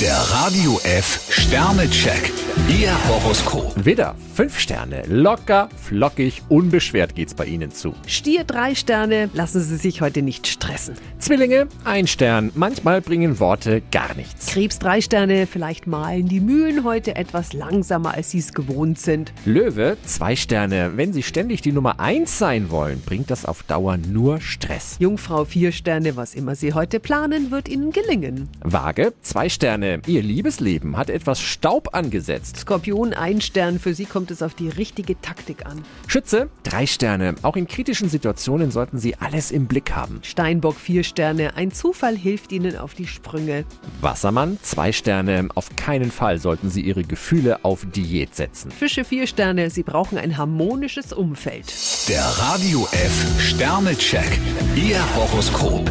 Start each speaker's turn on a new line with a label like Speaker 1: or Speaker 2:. Speaker 1: Der Radio F Sternecheck. Ihr Horoskop.
Speaker 2: Widder, fünf Sterne. Locker, flockig, unbeschwert geht's bei Ihnen zu.
Speaker 3: Stier drei Sterne, lassen Sie sich heute nicht stressen.
Speaker 2: Zwillinge, ein Stern. Manchmal bringen Worte gar nichts.
Speaker 3: Krebs drei Sterne, vielleicht malen die Mühlen heute etwas langsamer, als Sie es gewohnt sind.
Speaker 2: Löwe, zwei Sterne. Wenn Sie ständig die Nummer eins sein wollen, bringt das auf Dauer nur Stress.
Speaker 3: Jungfrau vier Sterne, was immer Sie heute planen, wird Ihnen gelingen.
Speaker 2: Waage, zwei Sterne. Ihr Liebesleben hat etwas Staub angesetzt.
Speaker 3: Skorpion ein Stern, für Sie kommt es auf die richtige Taktik an.
Speaker 2: Schütze, drei Sterne. Auch in kritischen Situationen sollten Sie alles im Blick haben.
Speaker 3: Steinbock vier Sterne, ein Zufall hilft Ihnen auf die Sprünge.
Speaker 2: Wassermann, zwei Sterne. Auf keinen Fall sollten Sie Ihre Gefühle auf Diät setzen.
Speaker 3: Fische vier Sterne, Sie brauchen ein harmonisches Umfeld.
Speaker 1: Der Radio F Sternecheck. Ihr Horoskop.